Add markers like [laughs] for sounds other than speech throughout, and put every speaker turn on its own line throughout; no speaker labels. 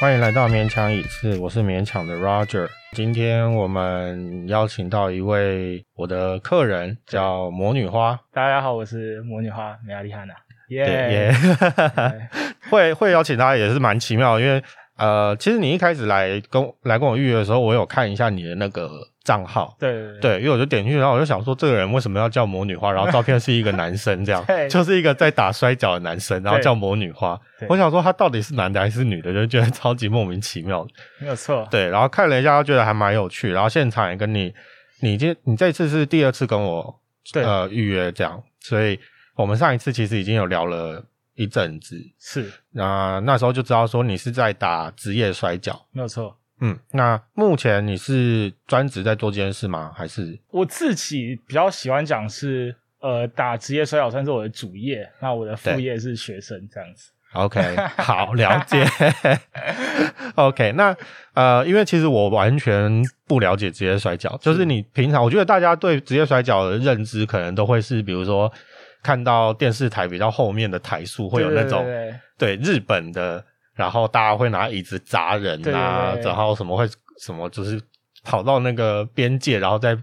欢迎来到勉强一次，我是勉强的 Roger。今天我们邀请到一位我的客人，叫魔女花。
大家好，我是魔女花梅亚丽汉娜，
对耶
耶！
[laughs] 会会邀请他也是蛮奇妙的，因为呃，其实你一开始来跟我来跟我预约的时候，我有看一下你的那个账号。
对对
对，因
[laughs]
为我就点进去，然后我就想说，这个人为什么要叫魔女花？然后照片是一个男生，这样
对
就是一个在打摔跤的男生，然后
对
叫魔女花
对。
我想说他到底是男的还是女的，就觉得超级莫名其妙的。
没有错，
对，然后看了一下，觉得还蛮有趣。然后现场也跟你，你这你这次是第二次跟我
对
呃预约这样，所以我们上一次其实已经有聊了一阵子，
是
那那时候就知道说你是在打职业摔跤。
没有错。
嗯，那目前你是专职在做这件事吗？还是
我自己比较喜欢讲是，呃，打职业摔跤算是我的主业，那我的副
对
业是学生这样子。
OK，好，了解。OK，那呃，因为其实我完全不了解职业摔跤，就是你平常我觉得大家对职业摔跤的认知，可能都会是比如说看到电视台比较后面的台数会有那种对
对
日本的，然后大家会拿椅子砸人
对
啊
对，对对
然后什么会什么就是跑到那个边界，然后再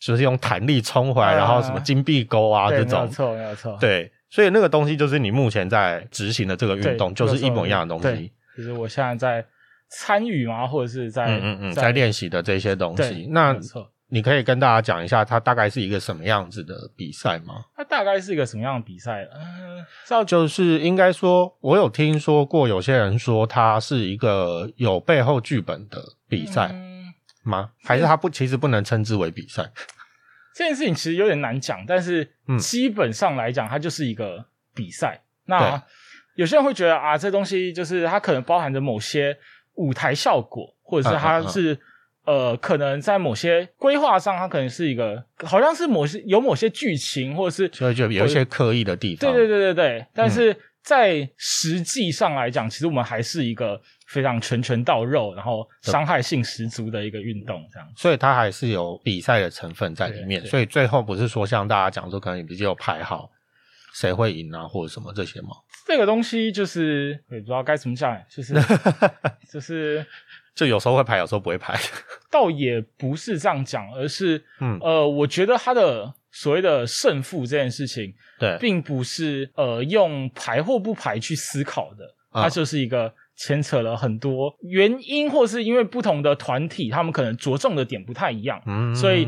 就是用弹力冲回来，然后什么
啊
金币钩啊这
对对没有
种，
错，没有错。，
对，所以那个东西就是你目前在执行的这个运动，
对
就是一模一样的东西
对。就是我现在在参与嘛，或者是在
嗯嗯嗯，在练习的这些东
对
西。，那
没有错。
你可以跟大家讲一下，它大概是一个什么样子的比赛吗？
它大概是一个什么样的比赛？嗯，是要
就是应该说，我有听说过有些人说它是一个有背后剧本的比赛
嗯
吗？还是它不其实不能称之为比赛？
这件事情其实有点难讲，但是
嗯
基本上来讲，它就是一个比赛。
对
那有些人会觉得啊，这东西就是它可能包含着某些舞台效果，或者是它
嗯嗯嗯
是、呃，可能在某些规划上，它可能是一个好像是某些有某些剧情，或者是
所以就有一些刻意的地方。
对对对对
嗯
对，但是在实际上来讲，其实我们还是一个非常拳拳到肉，然后伤害性十足的一个运动，这样。
所以它还是有比赛的成分在里面，
对对
所以最后不是说像大家讲说，可能你直接有排好谁会赢啊，或者什么这些吗？
这个东西就是 [laughs] 我也不知道该怎么讲，欸就是 [laughs] 就是
就有时候会排，有时候不会排。
倒也不是这样讲，而是
嗯，
呃，我觉得他的所谓的胜负这件事情，
对，
并不是呃用排或不排去思考的，
啊
它就是一个牵扯了很多原因，或是因为不同的团体，他们可能着重的点不太一样，
嗯
所以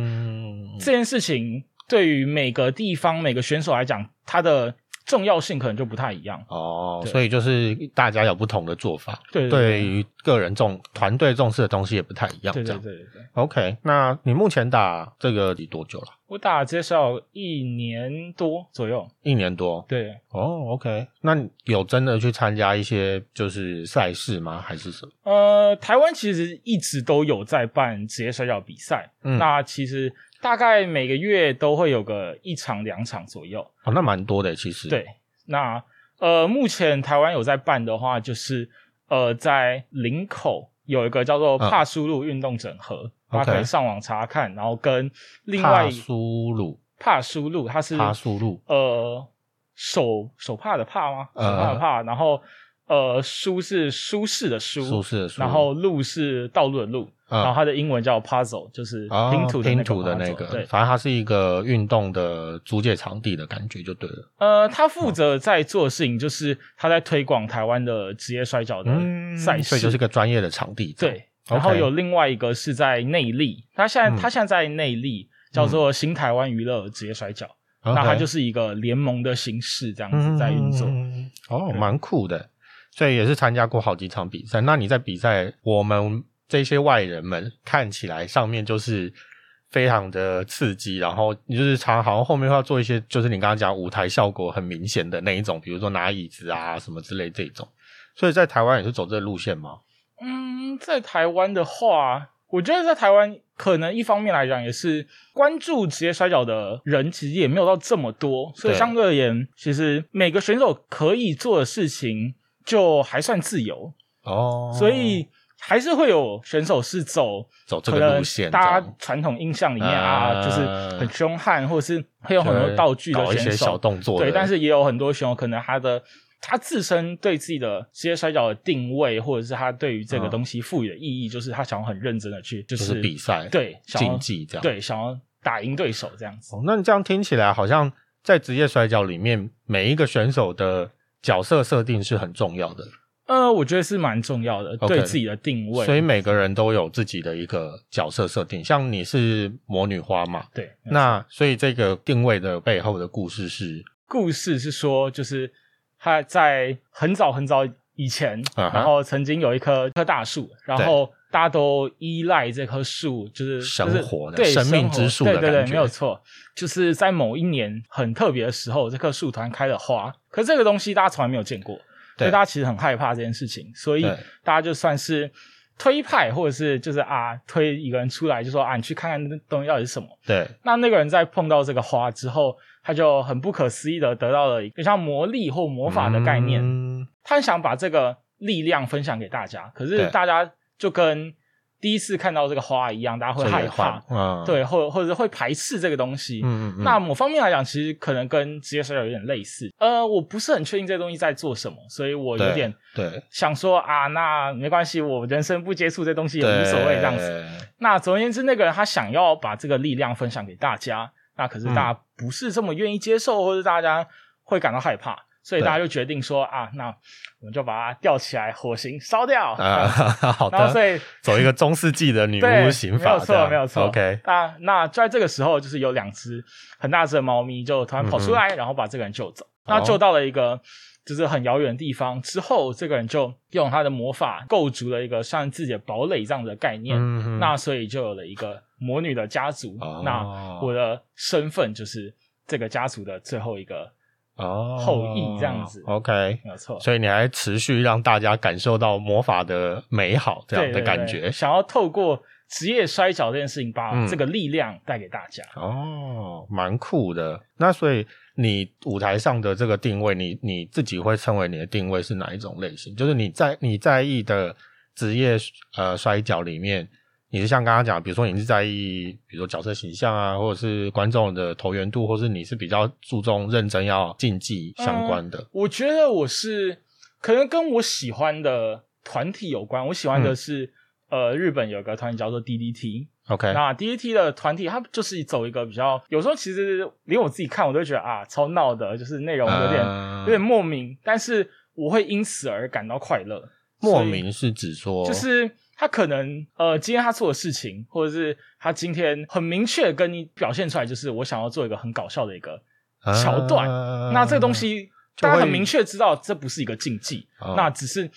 这件事情对于每个地方每个选手来讲，它的重要性可能就不太一样。
哦，
对
所以就是大家有不同的做法，
对
对
对
于个人重团队重视的东西也不太一样。
对
这
对
样
对对对。
OK，那你目前打这个你多久了？
我打街少一年多左右，
一年多。
对，
哦，OK，那你有真的去参加一些就是赛事吗？还是什么？
呃，台湾其实一直都有在办职业摔跤比赛，
嗯
那其实大概每个月都会有个一场两场左右，
哦，那蛮多的其实。
对，那呃，目前台湾有在办的话，就是呃，在林口有一个叫做
嗯
帕苏路运动整合，大
OK
家可以上网查看，然后跟另外
帕苏鲁，
帕苏路，它是
帕苏路，
呃手手帕的帕吗？手
呃
帕的帕，然后呃舒是舒适的舒，
舒适的舒
然后路是道路的路，然后
嗯，
它的英文叫 puzzle，就是
哦
拼图的
拼
那个
图的
puzzle，
那个，
对，
反正它是一个运动的租借场地的感觉就对了。
呃，他负责在做的事情就是他在推广台湾的职业摔跤的赛
嗯所
事，
以就是个专业的场地。
对。然后
OK
有另外一个是在内力，他现在、
嗯
他现在在内力叫做新台湾娱乐职业摔跤，
OK，
那它就是一个联盟的形式这样子在运作。
嗯哦，蛮酷的。所以也是参加过好几场比赛。那你在比赛，我们这些外人们看起来上面就是非常的刺激，然后你就是常好像后面会要做一些，就是你刚刚讲舞台效果很明显的那一种，比如说拿椅子啊什么之类这种。所以在台湾也是走这个路线吗？
嗯，在台湾的话，我觉得在台湾可能一方面来讲也是关注职业摔跤的人其实也没有到这么多，所以
对
相对而言，其实每个选手可以做的事情就还算自由，
哦，
所以还是会有选手是走
走这
可
个
能
路线，
大
这
家
样
传统印象里面啊，
嗯
就是很凶悍，或者是会有很多道具的
搞一
选
些
手
小，动作的，
对，但是也有很多选手可能他的他自身对自己的职业摔跤的定位，或者是他对于这个
嗯
东西赋予的意义，就是他想要很认真的去，就
就是是比赛
对想要
竞技这样。
对想要打赢对手这样子。
哦，那你这样听起来好像在职业摔跤里面，每一个选手的角色设定是很重要的，
呃，我觉得是蛮重要的
OK
对自己的定位。
所以每个人都有自己的一个角色设定。像你是魔女花嘛，
对，
那所以这个定位的背后的故事是，
故事是说，就是他在很早很早以前
啊哈
然后曾经有一棵棵大树，然后大家都依赖这棵树，就是
生活的
就是、对
生命
活
之树的
对对
感
对，
觉
没有错，就是在某一年很特别的时候，这棵树突然开了花，可是这个东西大家从来没有见过，所以大家其实很害怕这件事情，所以
对
大家就算是。推派，或者是就是啊，推一个人出来，就说啊，你去看看那东西到底是什么。
对，
那那个人在碰到这个花之后，他就很不可思议的得到了一个像魔力或魔法的概念。
嗯
他很想把这个力量分享给大家，可是
对
大家就跟第一次看到这个花一样，大家会害
这
怕，
也换嗯，，
对，或或者会排斥这个东西。
嗯嗯嗯，
那某方面来讲，其实可能跟职业摔跤有点类似。呃，我不是很确定这东西在做什么，所以我有
对
点
对，
想说啊，那没关系，我人生不接触这东西也无所谓这样子。
子。
那总而言之，那个人他想要把这个力量分享给大家，那可是
嗯
大家不是这么愿意接受，或者大家会感到害怕，所以
对
大家就决定说啊，那我们就把它吊起来，火刑烧掉。
啊，好
然后所
的，
以
走一个中世纪的女
对
巫刑
没
法
有
这样，
错，没有错。
OK，
[laughs] 那那就在这个时候，就是有两只很大只的猫咪就突然跑出
嗯
来，然后把这个人救走。那救到了一个就是很遥远的地方之后，这个人就用他的魔法构筑了一个像自己的堡垒这样的概念。
嗯哼
那所以就有了一个魔女的家族。
哦
那我的身份就是这个家族的最后一个，
哦
后裔这样子
，OK，
没有错。
所以你还持续让大家感受到魔法的美好这样
对
的
对
感
对
觉
想要透过职业摔跤这件事情，把
嗯
这个力量带给大家。
哦，蛮酷的。那所以你舞台上的这个定位，你你自己会称为你的定位是哪一种类型？就是你在你在意的职业呃摔角里面，你是像刚刚讲，比如说你是在意，比如说角色形象啊，或者是观众的投缘度，或是你是比较注重认真要竞技相关的。
我觉得我是可能跟我喜欢的团体有关，我
嗯
喜欢的是、呃日本有个团体叫做 DDT，
OK，
那 DDT 的团体，它就是走一个比较，有时候其实连我自己看，我都觉得啊，超闹的，就是内容有点、
呃
有点莫名，但是我会因此而感到快乐。
莫名是指说，
就是他可能呃，今天他做的事情，或者是他今天很明确跟你表现出来，就是我想要做一个很搞笑的一个桥段。
啊
那这个东西，
就
大家
会
很明确知道这不是一个竞技，
哦
那只是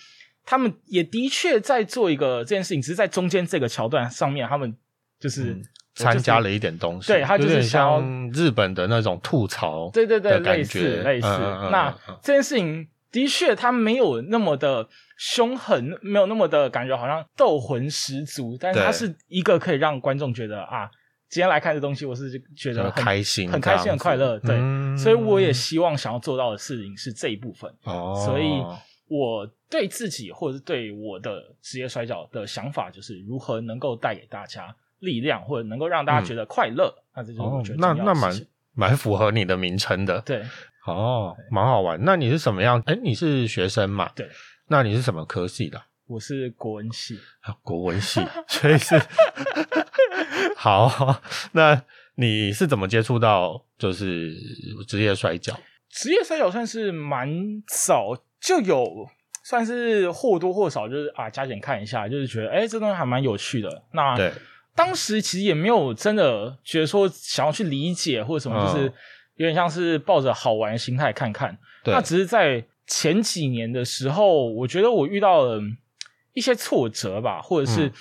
他们也的确在做一个这件事情，只是在中间这个桥段上面，他们就是、
嗯参加
就是
了一点东西，
对他就是
有点
想要
像日本的那种吐槽，
对对对，
的感
类似
觉
类似。
嗯嗯嗯
那
嗯嗯
这件事情的确，它没有那么的凶狠，没有那么的感觉好像斗魂十足，但是
对
它是一个可以让观众觉得啊，今天来看这东西，我是觉
就
得
是
很
开心
很
这
开
样子，
心、很快乐。对，
嗯
所以我也希望想要做到的事情是这一部分。
哦，
所以我对自己或者是对我的职业摔跤的想法，就是如何能够带给大家力量，或者能够让大家觉得快乐。那这就是我
嗯哦
觉得，
那
重要
那
的事
蛮
情
蛮符合你的名称的，
对。
哦，蛮好玩。那你是什么样？哎，你是学生嘛？
对。
那你是什么科系的？
我是国文系，
啊国文
[laughs]
系，所以是 [laughs] 好。那你是怎么接触到就是职业摔跤？
职业摔跤算是蛮早就有，算是或多或少就是啊，加减看一下，就是觉得哎、诶这东西还蛮有趣的。那
对，
当时其实也没有真的觉得说想要去理解或者什么，
嗯
就是有点像是抱着好玩的心态看看。
对
那只是在前几年的时候，我觉得我遇到了嗯一些挫折吧，或者是
嗯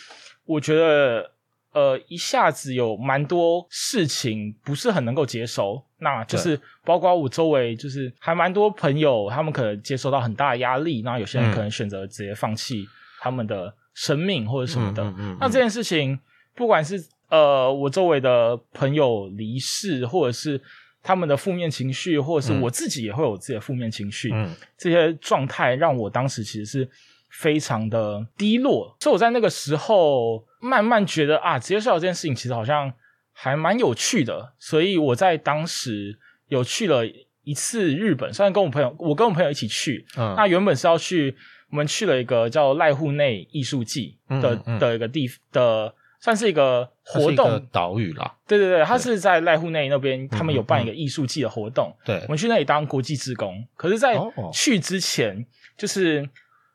我觉得、呃一下子有蛮多事情不是很能够接收，那就是包括我周围就是还蛮多朋友，他们可能接收到很大的压力，那有些
嗯
人可能选择直接放弃他们的生命或者什么的。
嗯嗯嗯
那这件事情，不管是呃我周围的朋友离世，或者是他们的负面情绪，或者是
嗯
我自己也会有自己的负面情绪，
嗯
这些状态让我当时其实是非常的低落。所以我在那个时候慢慢觉得啊，职业摔跤这件事情其实好像还蛮有趣的，所以我在当时有去了一次日本，虽然跟我朋友，我跟我朋友一起去，
嗯
那原本是要去，我们去了一个叫濑户内艺术季的、
嗯嗯嗯
的一个地的，算是一个
它是
活
一
动
个，岛屿啦，
对对对，它是在濑户内那边，他们有办一个
嗯
艺术季的活动，
对
我，们去那里当国际志工。可是，在
哦
去之前，就是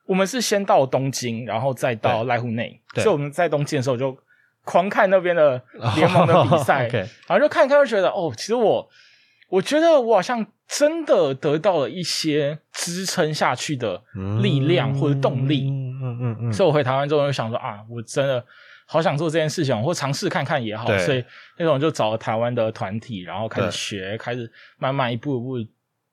我们是先到东京，然后再到濑户内，
对哦
所以我们在东京的时候就狂看那边的联盟的比赛，
[laughs] OK，
然后就看一看，就觉得哦，其实我我觉得我好像真的得到了一些支撑下去的力量或者动力。
嗯嗯嗯嗯，
所以我回台湾之后就想说啊，我真的好想做这件事情，或尝试看看也好。
对
所以那种就找了台湾的团体，然后开始
对
学，开始慢慢一步一步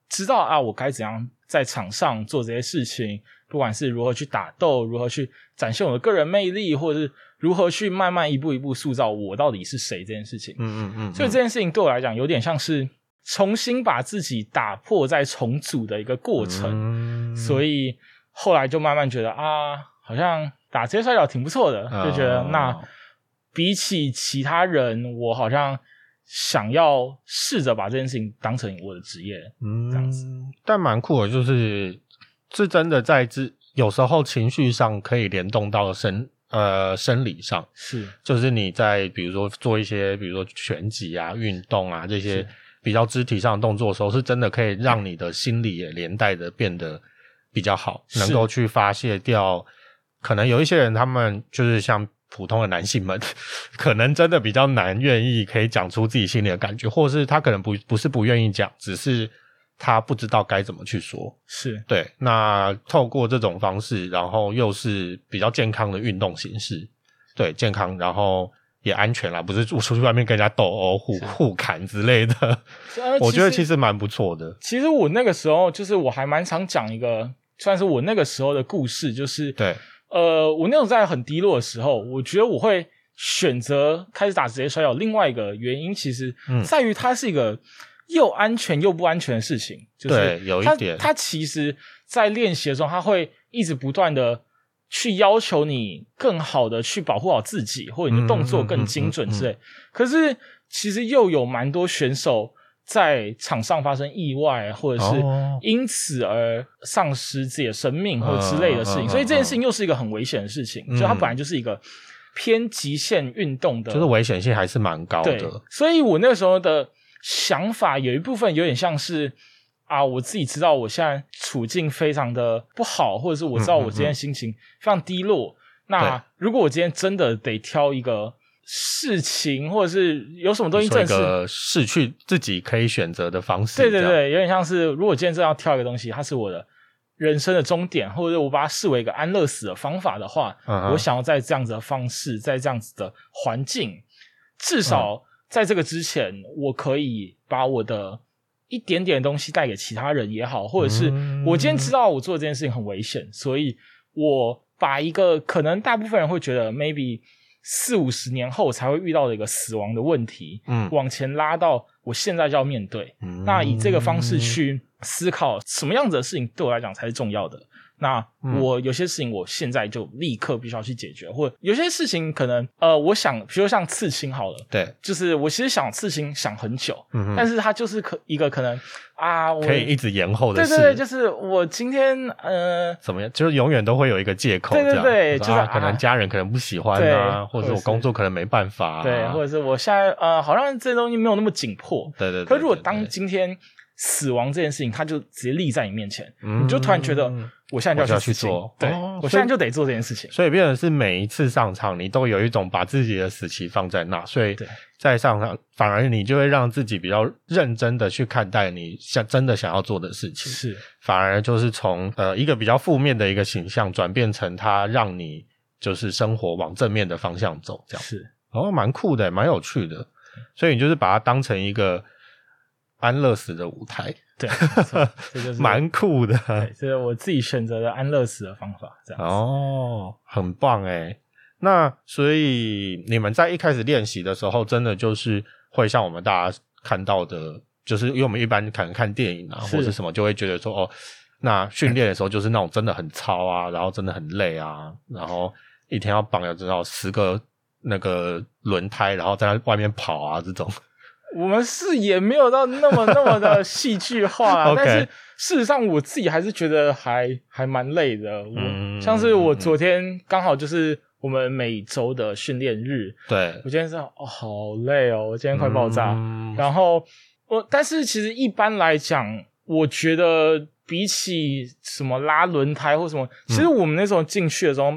知道啊，我该怎样在场上做这些事情，不管是如何去打斗，如何去展现我的个人魅力，或者是如何去慢慢一步一步塑造我到底是谁这件事情。
嗯嗯嗯，
所以这件事情对我来讲有点像是重新把自己打破再重组的一个过程。
嗯程
所
以
以后来就慢慢觉得啊，好像打这些摔跤挺不错的，就觉
啊
得那比起其他人，我好像想要试着把这件事情当成我的职业。
嗯
这样子，
但蛮酷的，就是是真的在之有时候情绪上可以联动到生呃生理上，
是
就是你在比如说做一些比如说拳击啊、运动啊这些
是
比较肢体上的动作的时候，是真的可以让你的心理也连带的变得比较好，
是
能够去发泄掉。可能有一些人，他们就是像普通的男性们， [laughs] 可能真的比较难愿意可以讲出自己心里的感觉，或者是他可能不不是不愿意讲，只是他不知道该怎么去说。
是
对，那透过这种方式，然后又是比较健康的运动形式，对，健康，然后也安全啦，不是出出去外面跟人家斗殴、互
是
互砍之类
[laughs]
的。
是而
我觉得其
呃实
实蛮不错的。
其实我那个时候就是我还蛮常讲一个，算是我那个时候的故事，就是
对，
呃，我那种在很低落的时候，我觉得我会选择开始打职业摔跤。另外一个原因，其实
嗯
在于它是一个又安全又不安全的事情。就是
对有一
它
点嗯
它其实，在练习的时候，它会一直不断的去要求你更好的去保护好自己，或者你的动作更精准
嗯
之类。可是，其实又有蛮多选手在场上发生意外，或者是
哦
因此而丧失自己的生命或之类的事
嗯嗯嗯
情，
嗯
所以这件事情又是一个很危险的事情，
嗯
就它本来就是一个偏极限运动的，
就是危险性还是蛮高
对
的。，
所以我那时候的想法有一部分有点像是啊，我自己知道我现在处境非常的不好，或者是我知道我今天心情非常低落。
嗯对
那如果我今天真的得挑一个事情，或者是有什么东西
做一
正是
个逝去自己可以选择的方式，
对对
这样，
对，有点像是如果今天真的要挑一个东西，它是我的人生的终点，或者我把它视为一个安乐死的方法的话，
嗯哼
我想要在这样子的方式，在这样子的环境，至
嗯
少在这个之前，我可以把我的一点点的东西带给其他人也好，或者是
嗯
我今天知道我做这件事情很危险，所以我把一个可能大部分人会觉得 maybe 四五十年后才会遇到的一个死亡的问题，
嗯
往前拉到我现在就要面对。
嗯
那以这个方式，去思考什么样子的事情对我来讲才是重要的。那
嗯
我有些事情我现在就立刻必须要去解决，或有些事情可能呃，我想，比如像刺青好了，
对，
就是我其实想刺青想很久，
嗯哼
但是它就是可一个可能啊，我
可以一直延后的
对
事，
对对，就是我今天呃，
怎么样，就是永远都会有一个借口，
对对
这样
对
就
就是
啊可
啊
能家人可能不喜欢啊，
对
或者
或
是
者
我
是
工作可能没办法啊，
对，或者是我现在呃，好像这东西没有那么紧迫，
对对对。
可如果
对
当
对
今天死亡这件事情，它就直接立在你面前，
嗯
你就突然觉得我现在就
我就要
去
去
做
做
对、
哦
我
所
现
以
在就得做这件事情。
所以变成是每一次上场，你都有一种把自己的死期放在那，所以
对
在上场反而你就会让自己比较认真的去看待你想真的想要做的事情，
是
反而就是从呃一个比较负面的一个形象转变成它让你就是生活往正面的方向走，这样。
是，
哦，蛮酷的，蛮有趣的。所以你就是把它当成一个安乐死的舞台，
[laughs] 对，没错这就是
蛮酷
对
的。，
这是我自己选择的安乐死的方法，这样
[laughs]
子。
哦，很棒哎。那所以你们在一开始练习的时候，真的就是会像我们大家看到的，就是因为我们一般可能看电影啊
是
或者什么，就会觉得说哦，那训练的时候就是那种真的很操啊，然后真的很累啊，然后一天要绑有至少十个那个轮胎，然后在外面跑啊这种。 [laughs]
我们是也没有到那么那么的戏剧化啦 [laughs]
OK
但是事实上我自己还是觉得还还蛮累的。我、
嗯
像是我昨天刚好就是我们每周的训练日，
对，
我今天是哦好累哦，我今天快爆炸。
嗯
然后我，但是其实一般来讲，我觉得比起什么拉轮胎或什么，
嗯
其实我们那时候进去的时候，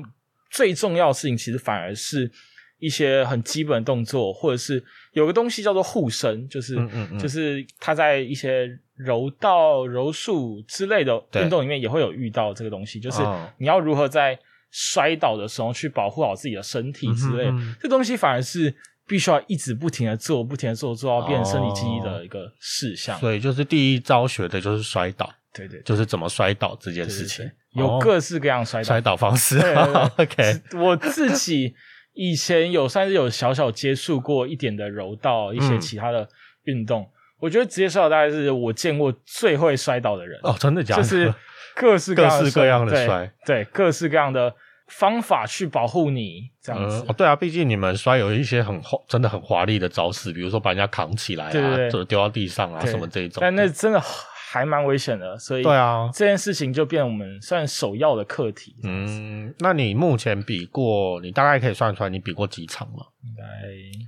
最重要的事情其实反而是一些很基本的动作，或者是有个东西叫做护身，就是、
嗯嗯嗯
就是他在一些柔道、柔术之类的
对
运动里面也会有遇到这个东西，就是
哦
你要如何在摔倒的时候去保护好自己的身体之类的
嗯哼嗯
这东西反而是必须要一直不停的做，不停的做，做到哦变成身体记忆的一个事项。
哦所以就是第一招学的就是摔倒，
对对对
就是怎么摔倒这件
对
事
对
情
对，，有
哦
各式各样摔倒。
摔倒方式。
对对
[laughs] OK，
我自己以前有算是有小小接触过一点的柔道，一些
嗯
其他的运动。我觉得职业摔倒大概是我见过最会摔倒的人，
哦，真的假的？
就是各式样的
各式各样的
对
摔，
对各式各样的方法去保护你这样
呃
子。
哦，对啊，毕竟你们摔有一些很华，真的很华丽的招式，比如说把人家扛起来
对对
啊，
对
就丢到地上啊，
对
什么这一种。
但那真的还蛮危险的，所以
对啊，
这件事情就变我们算首要的课题。嗯，
嗯，那你目前比过，你大概可以算出来你比过几场吗？
应该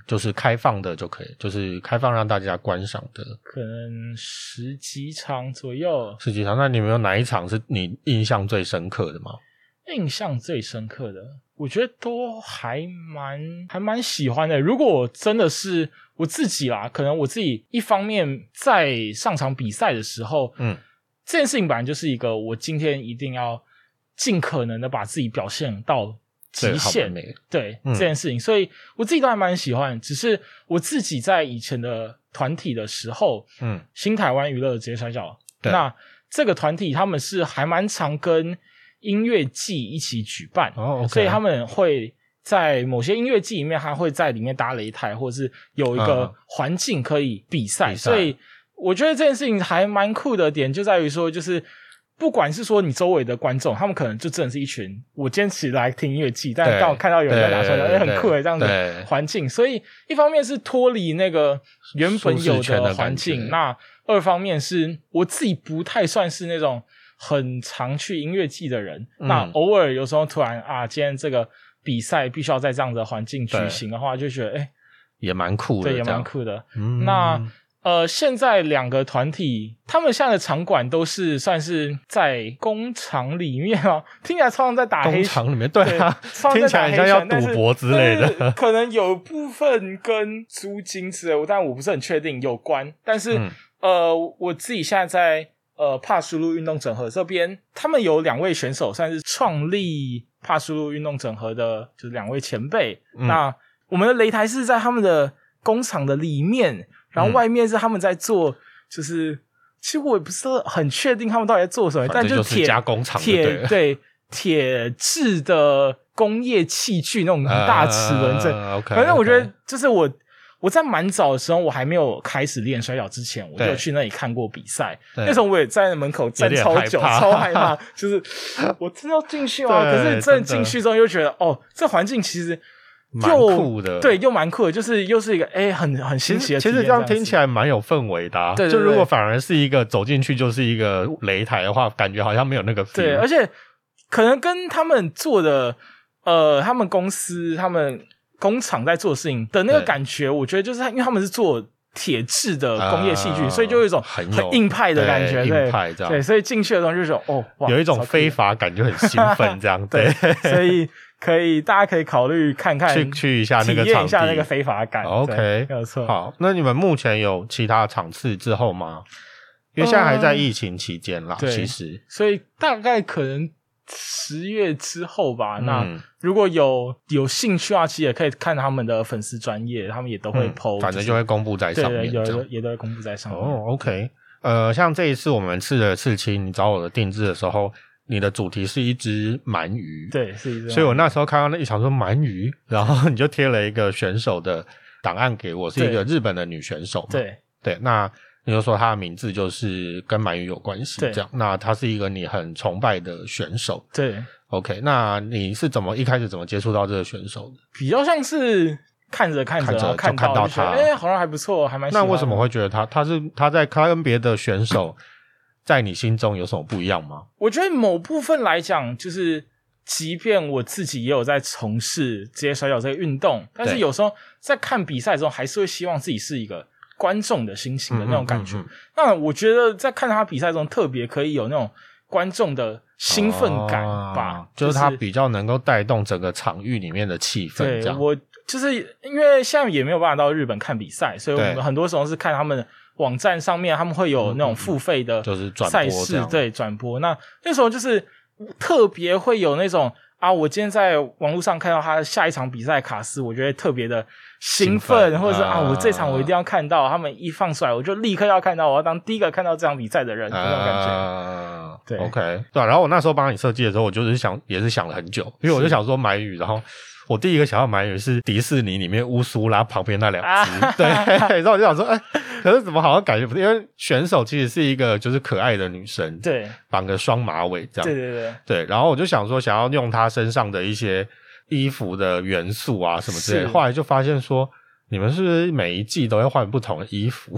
就是开放的就可以，就是开放让大家观赏的
可能十几场左右，
世界上。那你有没有哪一场是你印象最深刻的吗？
印象最深刻的，我觉得都还蛮还蛮喜欢的。如果我真的是我自己啦，可能我自己一方面在上场比赛的时候，
嗯，
这件事情本来就是一个我今天一定要尽可能的把自己表现到极
最好的
限，
那个
对、
嗯
这件事情，所以我自己都还蛮喜欢。只是我自己在以前的团体的时候，
嗯，
新台湾娱乐职业摔跤，
对
那这个团体他们是还蛮常跟音乐季一起举办，
哦，OK
所以他们会在某些音乐季里面，他会在里面搭擂台，或者是有一个
嗯
环境可以比赛。
比赛
所以我觉得这件事情还蛮酷的点就在于说，就是不管是说你周围的观众，他们可能就真的是一群我坚持来听音乐季，但
对
当我看到有人在打摔跤，
对对
哎，
对
很酷诶，这样子
对
环境。所以一方面是脱离那个原本有
舒适圈的
环
感觉
境，那二方面是我自己不太算是那种很常去音乐季的人，
嗯
那偶尔有时候突然啊，今天这个比赛必须要在这样的环境举行的话，就觉得哎、
也蛮酷的，
对，也
这样
蛮。酷的。
嗯
那呃，现在两个团体，他们现在的场馆都是算是在工厂里面哦，听起来超像在打黑
工厂里面，对啊，
[laughs] 超
听
像
起
在打
来很
黑
像要
拳
赌博之类，
但是但
的
是。可能有部分跟租金之类，我但我不是很确定有关。但是、
嗯
呃，我自己现在在呃帕苏路运动整合这边，他们有两位选手算是创立帕苏路运动整合的，就是两位前辈。
嗯
那我们的擂台是在他们的工厂的里面，然
嗯
后外面是他们在做，就是其实我也不是很确定他们到底在做什么，
反
但
正就是
铁
加工厂就对
铁
了
对铁制的工业器具那种很大齿轮阵。
啊，OK，
反正我觉
OK
得，就是我我在蛮早的时候，我还没有开始练摔跤之前，我就
对
去那里看过比赛。
对
那时候我也站在门口站
有点
超
害
久，
怕
超
[laughs]
害怕，就是我真的要进去吗？可
对
是真的
真的
进去之后又觉得，哦，这环境其实
蛮
又
酷的
对，又蛮酷的，就是又是一个哎、很很新
其
奇
实
的
其实
这
这样听起
来，
来蛮有氛围的、啊，
对对
就如
对
果反而是一个走进去就是一个擂台的话，感觉好像没有那个 feel。
对，而
且
且可能跟他们做的呃，他们公司他们工厂在做事情的那个
对
感觉，我觉得就是因为他们是做。铁制的工业戏剧，所以就有一种
啊呃很
很
有
硬派的感觉，
对
对
硬派这样
对，所以进去的时候就觉得哦，哇
有一种
超酷的
非法感，就很兴奋，这
[laughs]
样
对，所以可以大家可以考虑看看，
去去一下那个
体验一下
场地
那个非法感。对
OK，
没有错。
好，那你们目前有其他场次之后吗？因为现在还在疫情期间啦，
嗯对
其实
所以大概可能十月之后吧，那
嗯
如果有有兴趣啊，其实也可以看他们的粉丝专业，他们也都会
嗯
PO，、
反正就会公布在
对
上
对，
面
有
这
的
样。
也都会公布在上面。
哦，OK，呃，像这一次我们吃的刺青，你找我的定制的时候，你的主题是一只鳗鱼，
对，是这
所以
样。
我那时候看到那一场说鳗鱼，然后你就贴了一个选手的档案给我，是一个日本的女选手嘛。
对
对，那你就说她的名字就是跟鳗鱼有关系，
对
这样。那她是一个你很崇拜的选手。
对，
OK，那你是怎么一开始怎么接触到这个选手的？
比较像是看着看着
看着
然后看
就看到
就觉得
他
哎，好像还不错，还蛮喜
那
欢的
为什么会觉得他他是他在他跟别的选手在你心中有什么不一样吗？
我觉得某部分来讲，就是即便我自己也有在从事职业摔跤这个运动，但是
对
有时候在看比赛的时候，还是会希望自己是一个观众的心情的那种感觉。
嗯嗯嗯
那我觉得在看他比赛中，特别可以有那种观众的兴奋感吧，
哦就是他比较能够带动整个场域里面的气氛，这
对
样
我就是因为现在也没有办法到日本看比赛，所以我
对
们很多时候是看他们网站上面，他们会有那种付费的
嗯就是转播
赛
这
事，
样
对转播。那那时候就是特别会有那种啊，我今天在网络上看到他下一场比赛的卡斯，我觉得特别的兴
兴奋
奋，或者是啊
啊
我这场我一定要看到，他们一放出来我就立刻要看到，我要当第一个看到这场比赛的人，那种感觉。
啊
对
，OK，对啊、然后我那时候帮你设计的时候，我就是想，也是想了很久，因为我就想说买鱼，然后我第一个想要买鱼是迪士尼里面乌苏拉旁边那两只，
啊
对，然后我就想说，哎、可是怎么好像感觉不对？因为选手其实是一个就是可爱的女生，
对
绑个双马尾这样，
对对对，
对，然后我就想说，想要用他身上的一些衣服的元素啊什么之类的，
是
后来就发现说，你们是不是每一季都会换不同的衣服？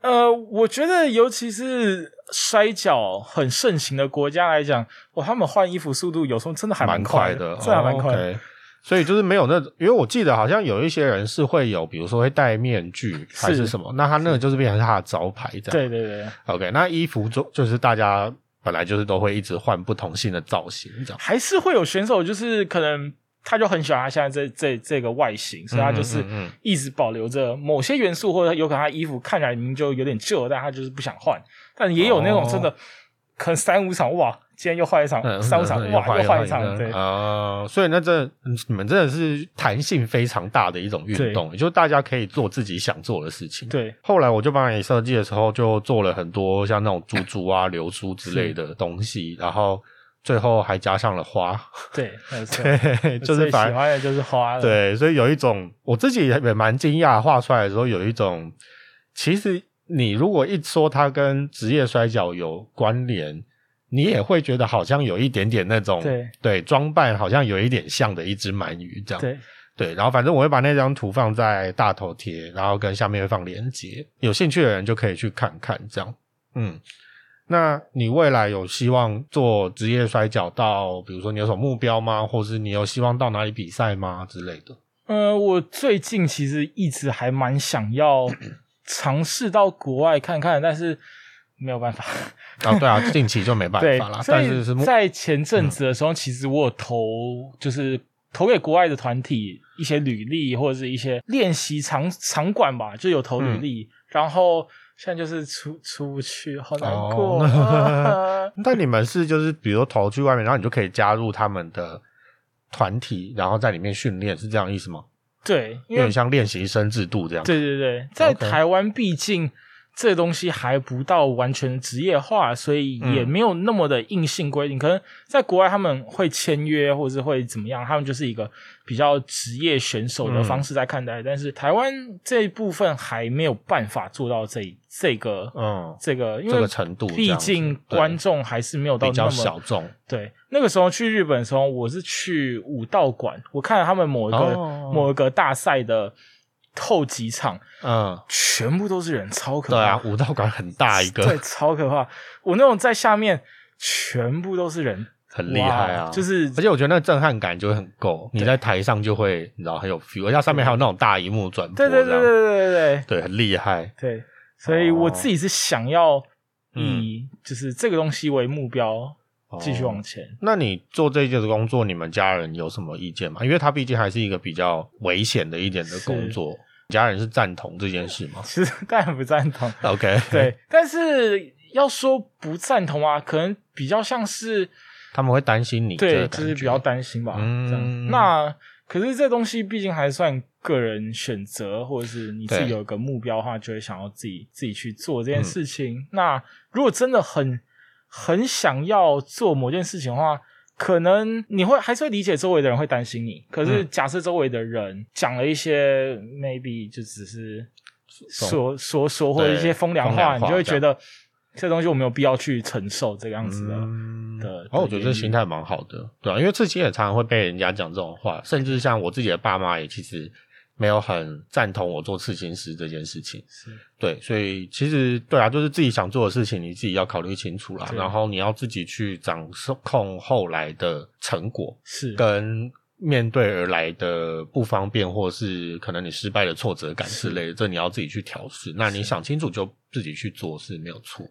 呃，我觉得尤其是摔跤很盛行的国家来讲，哇，他们换衣服速度有时候真的还
蛮
快
的，
真的还蛮
哦
快的。
OK 所以就是没有那种，因为我记得好像有一些人是会有，比如说会戴面具
是
还是什么，那他那个就是变成他的招牌这样。
对对对，
对，OK，那衣服就就是大家本来就是都会一直换不同性的造型这样。
还是会有选手，就是可能他就很喜欢他现在这这这个外形，所以他就是
嗯嗯嗯
一直保留着某些元素，或者有可能他衣服看起来明明就有点旧，但他就是不想换。但也有那种真的，可能三五场哇，今天又换一场，
哦嗯
三五哦场
嗯嗯
哇又换一
个
场，对。
啊、所以那真的你们真的是弹性非常大的一种运动，也就是大家可以做自己想做的事情。
对，
后来我就帮你设计的时候，就做了很多像那种珠珠啊、流苏之类的东西，然后最后还加上了花，
对，没有错 [laughs]
对，
我
就是
最喜
反
欢的就是花了，
对，所以有一种我自己也也蛮惊讶，画出来的时候有一种，其实你如果一说它跟职业摔角有关联，你也会觉得好像有一点点那种
对
装扮好像有一点像的一只鳗鱼这样，
对，
对然后反正我会把那张图放在大头贴，然后跟下面会放链接，有兴趣的人就可以去看看这样，嗯。那你未来有希望做职业摔角到，比如说你有什么目标吗？或是你有希望到哪里比赛吗之类的？
呃，我最近其实一直还蛮想要尝试到国外看看，但是没有办法。
啊，对啊，近期就没办
对
法啦，。
所
但
以
是是目嗯
在前阵子的时候，其实我有投，就是投给国外的团体一些履历或者是一些练习场场馆吧，就有投履
嗯
历，然后现在就是出出不去，好难
[laughs]
过。
哦但你们是就是比如投去外面，然后你就可以加入他们的团体，然后在里面训练，是这样意思吗？
对，
有
因为
点像练习生制度这样。
对对对，在
OK
台湾毕竟这东西还不到完全职业化，所以也
嗯
没有那么的硬性规定。可能在国外他们会签约，或者是会怎么样，他们就是一个比较职业选手的
嗯
方式在看待。但是台湾这一部分还没有办法做到这一这个、
嗯，
这个，因
这
为
个程度这
毕
样子
竟
对
观众还是没有到
比
那
较
么
小众。
对，那个时候去日本的时候，我是去武道馆，我看了他们某一个、
哦
某一个大赛的后几场，
嗯，
全部都是人，超可
对
怕。
啊，武道馆很大一
对，
个，
超可怕。我那种在下面，全部都是人，
[laughs] 很厉害啊
哇。就是
而且我觉得那震撼感就会很够，你
对
在台上就会，你知道很有 feel，而且它上面还有那种大荧幕转播，
对对对对对对
对，很厉害。
对对，所
哦
以我自己是想要以就是这个东西为目标继续
嗯哦
往前。
那你做这一件的工作，你们家人有什么意见吗？因为它毕竟还是一个比较危险的一点的工作，你家人是赞同这件事吗
其实当然不赞同，
[laughs] ？OK，，
对，但是要说不赞同啊，可能比较像是
他们会担心你这
对，
个
就
感
是
觉
比较担心吧。
嗯
这样，那可是这东西毕竟还算个人选择，或者是你自己
对
有一个目标的话，就会想要自己自己去做这件事情。
嗯
那如果真的很很想要做某件事情的话，可能你会还是会理解周围的人会担心你。可是
嗯
假设周围的人讲了一些 maybe 就只是说说说或者一些
对
风凉
风
话，
凉
你
话
就会
这
觉
样
得这东西我没有必要去承受这个样子的。
嗯
的
然后我觉得这心态蛮好的，对啊，因为自己也常常会被人家讲这种话，甚至像我自己的爸妈也其实没有很赞同我做刺青师这件事情。
是
对，所以其实对啊，就是自己想做的事情，你自己要考虑清楚啦。
对
然后你要自己去掌控后来的成果，
是，
跟面对而来的不方便，或是可能你失败的挫折感之类的，这你要自己去调试。那你
是
想清楚就自己去做是没有错。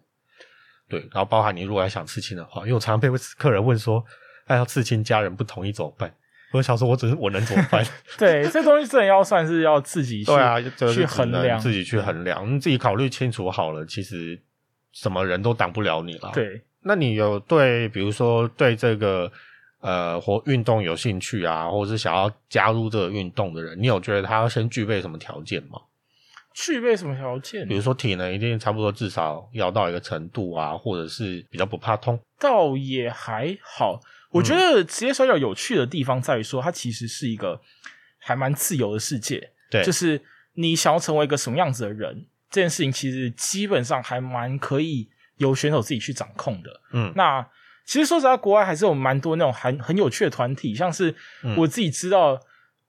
对，然后包含你如果还想刺青的话，因为我常常被客人问说，哎，要刺青，家人不同意怎么办？我就想说，我只是我能怎么办？
对，这东西真的要算是要自己去
[laughs] 对啊，就是
去
只
衡
能
量
自己去衡量，你自己考虑清楚好了，其实什么人都挡不了你啦。，
对
那你有对，比如说对这个呃活运动有兴趣啊，或者是想要加入这个运动的人，你有觉得他要先具备什么条件吗？
具备什么条件
比？如说体能一定差不多至少要到一个程度啊，或者是比较不怕痛。
倒也还好。
嗯
我觉得职业摔跤有趣的地方在于说，它其实是一个还蛮自由的世界，
对，
就是你想要成为一个什么样子的人，这件事情其实基本上还蛮可以由选手自己去掌控的。
嗯
那其实说实在，国外还是有蛮多那种很很有趣的团体，像是
嗯
我自己知道，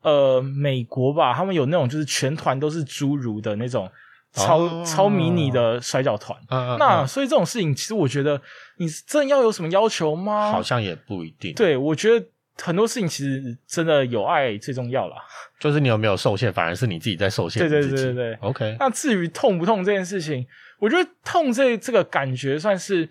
呃，美国吧，他们有那种就是全团都是侏儒的那种超、
哦
超迷你的摔跤团。
嗯嗯
那
嗯
所以这种事情，其实我觉得你真的要有什么要求吗？
好像也不一定。，
对，我觉得很多事情其实真的有爱最重要啦。
就是你有没有受限，反而是你自己在受限
对
你自
对
己。
对对对。
OK，
那至于痛不痛这件事情，我觉得痛这这个感觉算是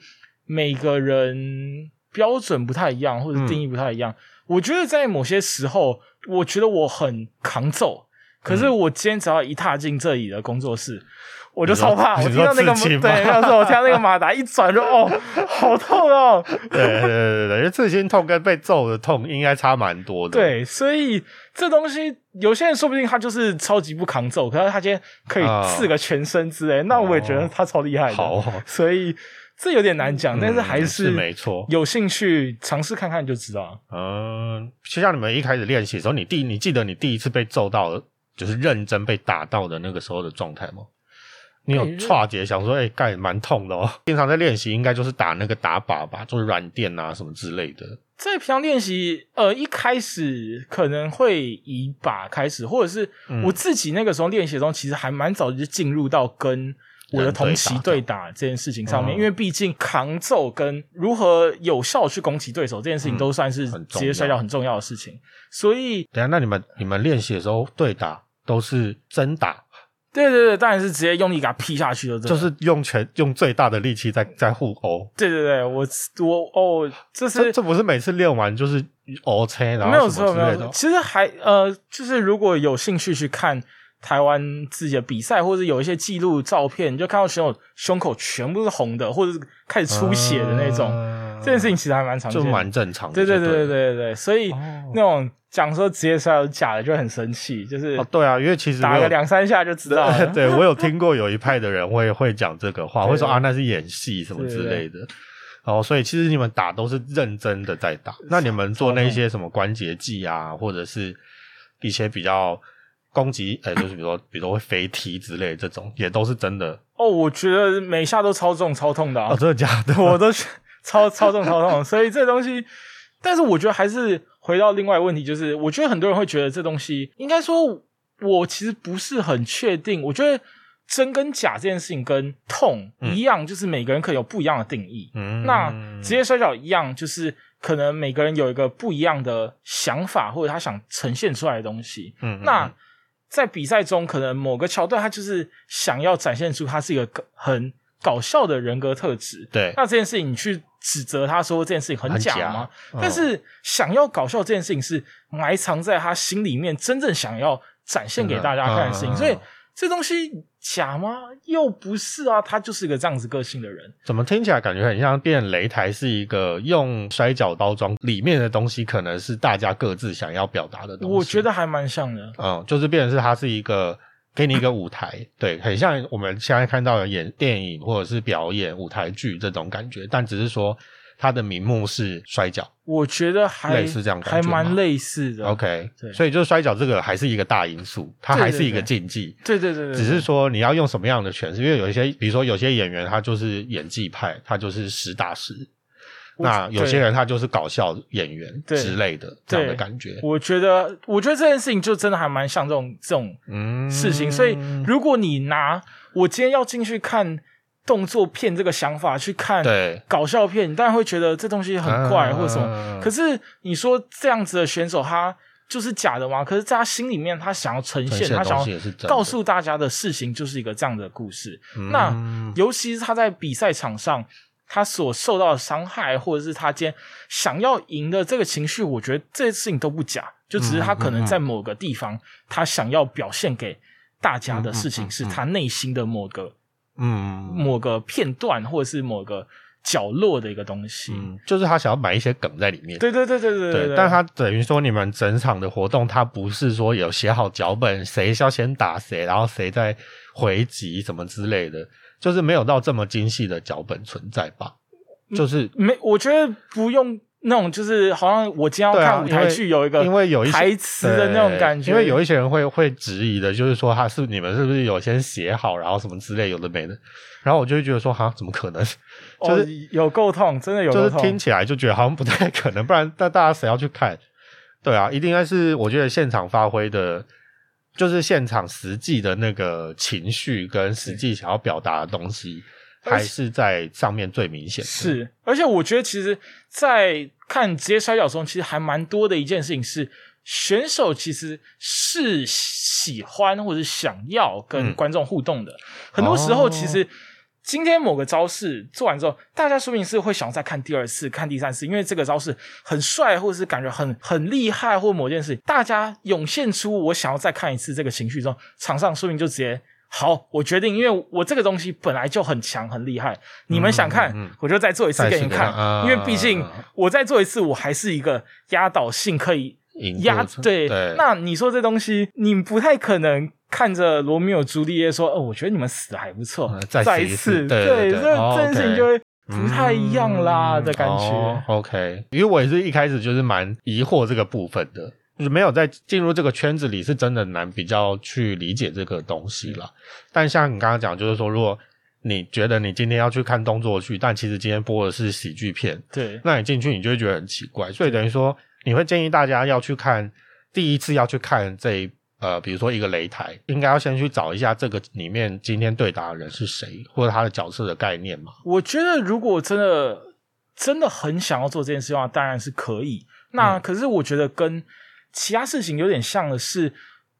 每个人标准不太一样，
嗯
或者定义不太一样。我觉得在某些时候，我觉得我很扛揍，可
嗯
是我今天只要一踏进这里的工作室。我就
你说
超怕，我
你
听
说
到那个
刺青
对，
吗
没有错，我听到那个马达一转就哦，好痛哦，
对对对对对，因为刺青痛跟被揍的痛应该差蛮多的。，
对，所以这东西有些人说不定他就是超级不扛揍，可是他今天可以
啊哦
刺个全身之类，那我也觉得他超厉害的。
好哦，
[laughs] 所以这有点难讲，但是
嗯
还
是没错。
有兴趣尝试看看就知道。啊
嗯，就像你们一开始练习的时候，你第你记得你第一次被揍到，就是认真被打到的那个时候的状态吗？你有
哎
岔节想说，哎、干蛮痛的哦。经常在练习，应该就是打那个打靶吧，就是软垫啊什么之类的。
在平常练习，呃，一开始可能会以靶开始，或者是
嗯
我自己那个时候练习中，其实还蛮早就进入到跟我的同期
人
对
对
打这件事情上面，
嗯
因为毕竟扛揍跟如何有效去攻击对手这件事情，
嗯
都算是
很
职
重
业摔跤
要
很重要的事情。所以，
等一下，那你们你们练习的时候对 [laughs] 打都是真打，
对对对，当然是直接用力给他劈下去的，
就。是用全用最大的力气在在互殴。
对对对，我我哦，这是
这这不是每次练完就是哦切，然
没有
后什
错，
么之
没有
类
错。
的。
其实还呃，就是如果有兴趣去看台湾自己的比赛，或者有一些记录照片，你就看到选手胸口全部是红的，或者是开始出血的那种。
嗯
这件事情其实还蛮常见
就
的，
蛮正常的。
对对
对
对对
了
对对。所以、
哦
那种讲说职业摔跤是假的，就很生气，就是
哦，对啊，因为其实
打
我有。
个两三下就知道了
[laughs] 对我有听过有一派的人会会讲这个话，
对
会说啊那是演戏什么之类的。然后，所以其实你们打都是认真的在打。那你们做那些什么关节技啊，或者是一些比较攻击，呃，就是比如说，比如说会飞踢之类的这种，也都是真的。
哦，我觉得每下都超重超痛的、啊
哦，真的假的？
[laughs] 我都是超超重超重，所以这东西，但是我觉得还是回到另外一个问题，就是我觉得很多人会觉得这东西，应该说，我其实不是很确定，我觉得真跟假这件事情跟痛
嗯
一样，就是每个人可能有不一样的定义。
嗯
那职业摔跤一样，就是可能每个人有一个不一样的想法，或者他想呈现出来的东西。
嗯嗯
那在比赛中，可能某个桥段，他就是想要展现出他是一个搞很搞笑的人格特质。
对
那这件事情你去指责他说这件事情很假
很假
吗？
嗯
但是想要搞笑这件事情是埋藏在他心里面，真正想要展现给大家看的事
嗯
情，
嗯嗯
所以这东西假吗？又不是啊，他就是一个这样子个性的人。
怎么听起来感觉很像变擂台是一个用摔角包装里面的东西，可能是大家各自想要表达的东西。
我觉得还蛮像的，
嗯，就是变成是它是一个给你一个舞台，对，很像我们现在看到的演电影或者是表演舞台剧这种感觉，但只是说它的名目是摔跤。
我觉得还
类似这样感觉
还
吗
蛮类似的。
OK，
对啊
所以就是摔跤这个还是一个大因素，它还是一
对对
个
对
竞技。
对对对对，
只是说你要用什么样的诠释，因为有一些，比如说有些演员他就是演技派，他就是实打实。
我
那有些
对
人他就是搞笑演员
对
之类的这样的
对
感觉。
我觉得，我觉得这件事情就真的还蛮像这种这种
嗯，
事情。所以，如果你拿我今天要进去看动作片这个想法去看
对
搞笑片，你当然会觉得这东西很怪
啊
或者什么。可是你说这样子的选手，他就是假的吗？可是在他心里面，他想要呈
呈
现，
现
他
的
想
东
要
西也是真的
告诉大家的事情，就是一个这样的故事。那
嗯
尤其是他在比赛场上，他所受到的伤害，或者是他今天想要赢的这个情绪，我觉得这些事情都不假，就只是
嗯
他可能在某个地方，他想要表现给大家的
嗯嗯
事
嗯
情，
嗯
是他内心的某个
嗯
某个片段，或者是某个角落的一个东西。
嗯，就是他想要埋一些梗在里面。
对对对对对
对，但他等于说你们整场的活动，他不是说有写好脚本，谁要先打谁，然后谁再回击什么之类的，就是没有到这么精细的脚本存在吧？
嗯
就是
没，我觉得不用那种，就是好像我今天要
对啊
看舞台
因为
剧，有一个
因为有一些
台词的那种感觉，
对因为有一些人会会质疑的，就是说他是你们是不是有先写好，然后什么之类有的没的，然后我就会觉得说哈，怎么可能？就
哦
是、
有够痛，真的有
就
够
是
痛。
听起来就觉得好像不太可能，不然那大家谁要去看？ [laughs] 对啊，一定该是我觉得现场发挥的，就是现场实际的那个情绪跟实际想要表达的东西，
而且
还是在上面最明显的。
呃是，而且我觉得其实，在看职业摔跤中，其实还蛮多的一件事情是，选手其实是喜欢或者想要跟
嗯哦
观众互动的。很多时候，其实今天某个招式做完之后，大家说不定是会想再看第二次、看第三次，因为这个招式很帅，或者是感觉很很厉害，或某件事情，大家涌现出我想要再看一次这个情绪之后，场上说不定就直接。好，我决定，因为我这个东西本来就很强很厉害，你们想看，
嗯嗯
我就再做一次
再
给
次
你
给
看，
他啊
因为毕竟我再做一次，我还是一个压倒性可以
赢过
压
程
对。
对
那你说这东西，你不太可能看着罗密欧朱丽叶说，哦，我觉得你们死的还不错，
嗯再死
一
一次对
对，
对
这
对哦
这件事情
OK
就会不太一样啦
嗯
的感觉。
哦 OK，因为我也是一开始就是蛮疑惑这个部分的，就是没有在进入这个圈子里，是真的难比较去理解这个东西啦。但像你刚刚讲，就是说，如果你觉得你今天要去看动作剧，但其实今天播的是喜剧片，
对，
那你进去你就会觉得很奇怪。所以等于说，你会建议大家要去看第一次要去看这一。呃，比如说一个擂台，应该要先去找一下这个里面今天对打的人是谁，或者他的角色的概念嘛。
我觉得如果真的真的很想要做这件事的话，当然是可以。那
嗯
可是我觉得跟其他事情有点像的是，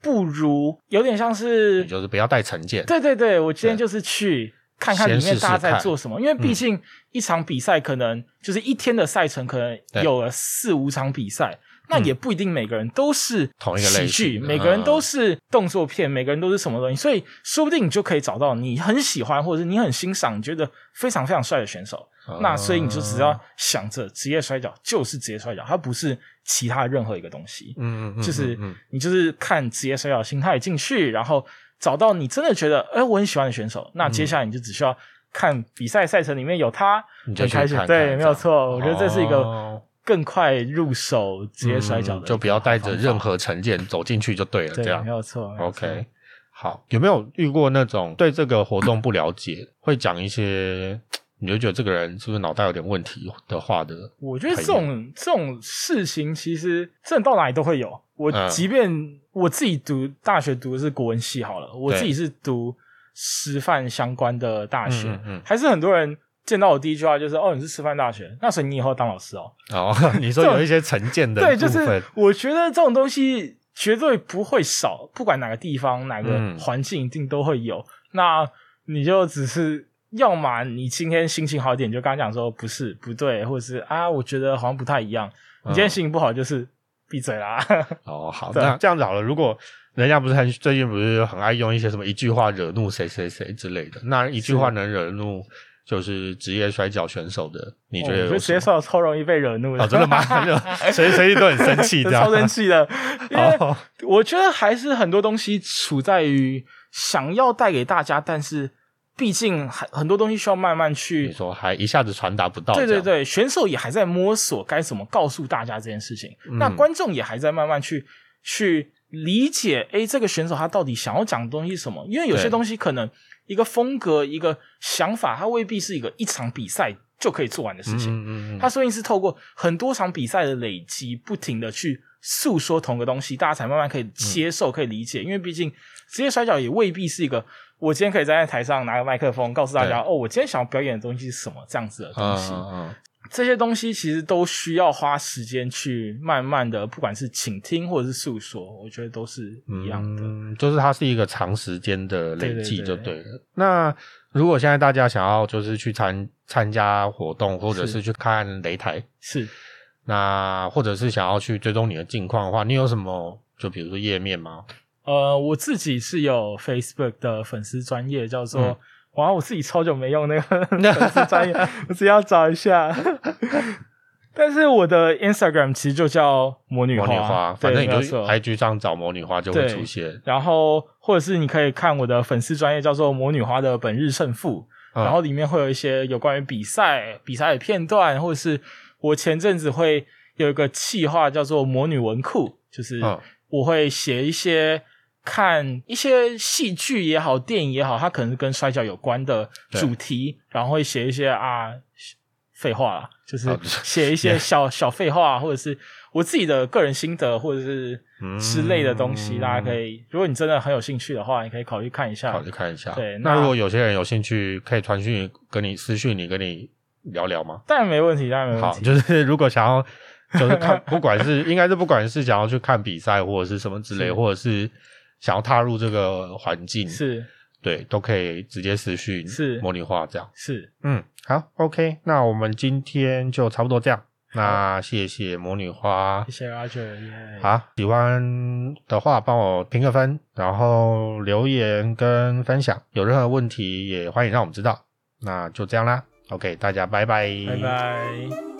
不如有点像是
也就是不要带成见。
对对对，我今天
对
就是去看看里
先
面
试试
大家在
看嗯
做什么，因为毕竟一场比赛可能就是一天的赛程，可能
对
有了四五场比赛。那
嗯
也不一定每个人都是
同一个
喜
类
剧，
型的嗯
每个人都是动作片，每个人都是什么东西，所以说不定你就可以找到你很喜欢或者是你很欣赏、你觉得非常非常帅的选手。
哦
那所以你就只要想着职业摔跤就是职业摔跤，它不是其他任何一个东西。
嗯，嗯嗯，
就是
嗯
你就是看职业摔跤的心态进去，然后找到你真的觉得哎、我很喜欢的选手，那
嗯
接下来你就只需要看比赛赛程里面有他，
你就
很
去
开心。
看看这
对，
样
没有错，我觉得这是一个
哦
更快入手职业摔跤的一
嗯
个
就不要带着任
方
何成见走进去就对了，
法对，
这样
没有错。没有错
OK。好，有没有遇过那种对这个活动不了解，会讲一些你就觉得这个人是不是脑袋有点问题的话的？
我觉得这种这种事情，其实真的到哪里都会有。我
嗯
即便我自己读大学读的是国文系好了，我
对
自己是读师范相关的大学，
嗯嗯嗯
还是很多人见到我第一句话就是：“哦，你是师范大学，那所以你以后当老师哦。 [laughs]
哦，你说有一些成见”的
对，就
部分
是我觉得这种东西绝对不会少，不管哪个地方、哪个
嗯
环境，一定都会有。那你就只是。要么你今天心情好一点，你就跟他讲说不是不对，或者是啊，我觉得好像不太一样。你今天
嗯
心情不好就是闭嘴啦。
哦，好，
对啊
那这样子好了，如果人家不是很最近不是很爱用一些什么一句话惹怒谁谁谁之类的，那一句话能惹怒就是职业摔跤选手的， [laughs] 你觉
哦我
得
觉得
有
职
什
业
么？
摔跤超容易被惹怒
哦，真的吗？ [laughs]
[laughs]
谁谁都很生气，这
这
样
[laughs] 超生气的。因为
[laughs] 哦
我觉得还是很多东西处在于想要带给大家，但是毕竟很很多东西需要慢慢
你
去。
说还一下子传达不到，
对对
这样，
对，选手也还在摸索该怎么告诉大家这件事情，那
嗯
观众也还在慢慢去去理解，诶，这个选手他到底想要讲的东西是什么？因为有些
对
东西可能一个风格、一个想法，它未必是一个一场比赛就可以做完的事情。
嗯嗯嗯
他说不定是透过很多场比赛的累积，不停的去诉说同个东西，大家才慢慢可以接受、可以理
嗯
解。因为毕竟职业摔跤也未必是一个我今天可以站在台上拿个麦克风告诉大家，哦，我今天想要表演的东西是什么这样子的东西。
嗯
这些东西其实都需要花时间去慢慢的，不管是倾听或者是诉说，我觉得都是
嗯
一样的。
嗯，就是它是一个长时间的累积就
对对
对了。那如果现在大家想要就是去参参加活动，或者是
是
去看擂台，
是
那或者是想要去追踪你的近况的话，你有什么就比如说页面吗？
呃，我自己是有 Facebook 的粉丝专业，叫做、
嗯
哇，我自己超久没用那个 [laughs] 粉丝
[laughs]
专业，我自己要找一下。但是我的 Instagram 其实就叫魔女
魔
花，
女花，
对
反正你
没有
就
错
IG 上找魔女花就会
对
出现。
然后或者是你可以看我的粉丝专业叫做魔女花的本日胜负，
嗯
然后里面会有一些有关于比赛、比赛的片段，或者是我前阵子会有一个企划叫做魔女文库，就是
嗯
我会写一些看一些戏剧也好、电影也好，它可能是跟摔跤有关的
对
主题，然后会写一些啊废话啦，就是 [laughs]
啊
写一些小小废话，或者是我自己的个人心得，或者是
嗯
之类的东西，大家可以，如果你真的很有兴趣的话，你可以考虑看一下
好，。去看一下。
对
那
那
如果有些人有兴趣，可以传讯跟你私讯你，跟你聊聊吗？
当然没问题，当然没问
好，
题。
就是 [laughs] 如果想要，就是看，不管是应该是不管是想要去看比赛或者是什么之类，
是
或者是想要踏入这个环境，
是
对，都可以直接私讯
是
模拟化这样。
是，
嗯，好，OK，那我们今天就差不多这样。那谢谢魔女花
谢，谢 Roger，耶
好，喜欢的话帮我评个分，然后留言跟分享，有任何问题也欢迎让我们知道。那就这样啦，OK，大家拜拜，
拜拜。